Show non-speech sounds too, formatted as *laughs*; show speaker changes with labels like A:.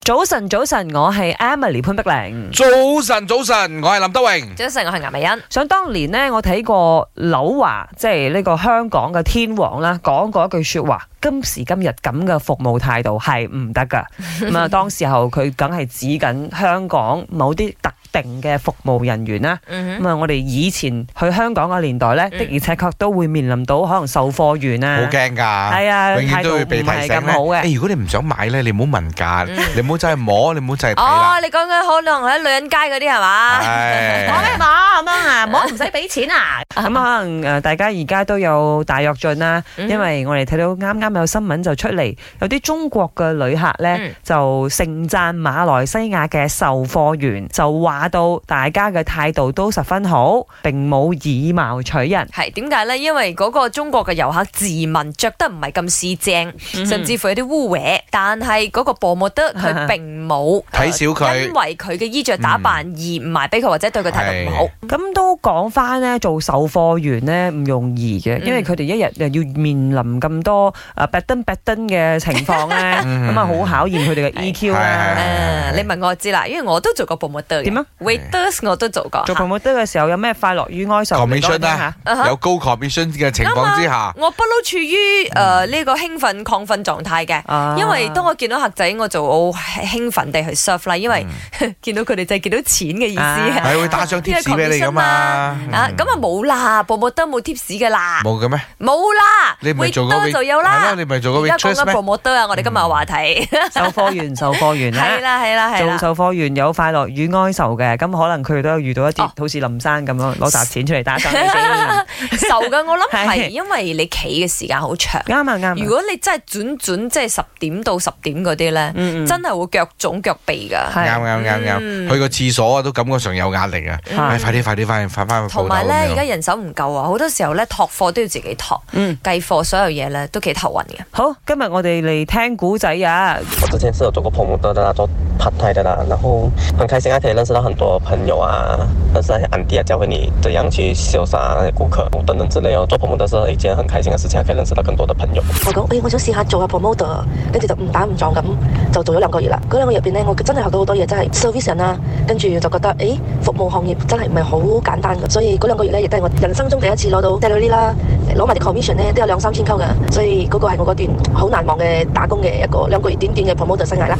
A: 早晨，早晨，我係 Emily 潘碧玲。
B: 早晨，早晨，我係林德榮。
C: 早晨，我係顏美欣。
A: 想當年呢，我睇過柳華，即係呢個香港嘅天王啦，講過一句說話：今時今日咁嘅服務態度係唔得
C: *laughs*
A: 噶。咁啊，當時候佢梗係指緊香港某啲特定嘅服務人員啦。
C: 嗯
A: 咁啊，我哋以前去香港嘅年代呢，的
C: 嗯
A: 而且確都會面臨到可能售貨員
B: 好
A: 啊，
B: 驚㗎，
A: 係啊，
B: 永遠
A: 態
B: 都
A: 度
B: 會
A: 唔
B: 被提
A: 係
B: 醒
A: 咁好
B: 咧。
A: 嘅。
B: 誒，如果你唔想買咧，你唔好問價，
C: 嗯
B: 你唔好走去摸，你唔好走去睇
C: 哦
B: 啦。，啊
C: 你講緊可能喺女人街嗰啲係嘛？
B: 係
A: 嘛咁啊
D: 我唔使俾錢啊！
C: à.
A: 咁可能誒，大家而家都有大躍進啦，
C: Ừ.
A: 因為我哋睇到啱啱有新聞就出嚟，有啲中國嘅旅客呢，
C: 嗯
A: 就盛讚馬來西亞嘅售貨員，就話到大家嘅態度都十分好，並冇以貌取人。
C: 係點解咧？因為嗰個中國嘅遊客自問着得唔係咁市正，甚至乎有啲污衊，但係嗰個薄膜德佢並冇
B: *laughs* 睇小佢
C: 呃
B: 嗯
C: 因為佢嘅衣着打扮而唔賣俾佢，或者對佢態度唔好
B: 係。
A: 咁都講翻咧，做售貨員咧唔容易嘅，
C: 嗯
A: 因為佢哋一日又要面臨咁多誒 b a 登 d 登嘅情況咧，
B: *laughs* 嗯
A: 咁啊好考驗佢哋嘅 E
C: 係
A: EQ
B: 係係
A: 啦。
C: 誒，呃你問我知啦，因為我都做過薄膜德嘅。
A: 點啊
C: ？Waiters 我都做過。
B: 啊
A: 做 promoter 嘅時候有咩快樂與哀愁？
B: Commission
A: 你講聽
B: 啦
A: 下
C: 啊哈
B: 有高 commission 嘅情
C: 啊
B: 況之下，
C: 我不嬲處於誒呢個興奮亢奮狀態嘅。
A: 啊
C: 因為
A: *laughs*
C: 當我見到客仔，我就好興奮地去 serve
B: 嗯
C: 啦，因 *laughs* 為見到佢哋就係見到錢嘅意思
A: 啊
C: 啊
B: 係會打上貼士俾你㗎嘛。嗯
C: 咁啊冇啦，部部都冇 tips 嘅啦，
B: 冇嘅咩？
C: 冇啦，
B: 你唔係做
C: Waiter
B: 嗰
C: 啊就有啦。
B: 你唔係做
C: 而
B: 嗰
C: 家講
B: waitress
C: 緊
B: 咩？嗯
C: 部部都啊，我哋今日嘅話題
A: 售貨員，售貨員
C: *laughs* 係
A: 啦。
C: 啦係啦係
A: 做
C: 啦，
A: 售貨員有快樂與哀愁嘅，咁可能佢都有遇到一啲
C: 哦
A: 好似林生咁樣攞
C: *laughs*
A: 沓錢出嚟打生你死啦
C: 受嘅我諗
A: 係
C: 係因為你企嘅時間好長，
A: 啱啊啱啊。
C: 如果你真係轉轉即係十點到十點嗰啲咧，
A: 嗯嗯
C: 真係會腳腫腳痹㗎。
A: 係
B: 啱啊啱啱啱，
C: 嗯
B: 去個廁所啊都感覺上有壓力啊！
A: 係
B: 唉快啲快啲快啲快翻去
C: 同
B: 鋪頭
C: 埋咧，
B: 咁
C: 而家
B: 樣。
C: 人手唔夠啊，好多時候咧托貨都要自己托，
A: 嗯
C: 計貨所有嘢咧都幾頭暈嘅。
A: 好，今日我哋嚟聽古仔啊！
E: 我之前是有做过 promoter 的啦，做 part time 的啦，然后很开心啊，可以认识到很多朋友啊，认识那些安迪啊，教会你怎样去销售啊那些顾客等等之类哦。做 promoter 是一件很开心的事情啊，可以认识到更多的朋友。
D: 我講，誒、我想試下做下 promoter，跟住就唔打唔撞咁就做咗兩個月啦。嗰兩個月入邊咧，我真係學到好多嘢，真係 service 人啦，跟住就覺得，誒、服務行業真係唔係好簡單嘅，所以嗰兩個月咧，亦都係我人生中第一次攞到 salary 啦，攞埋啲 commission 咧，都有兩三千溝嘅，所以嗰個係我嗰段好難忘嘅打工嘅一個兩個月短短嘅 promoter 生涯啦。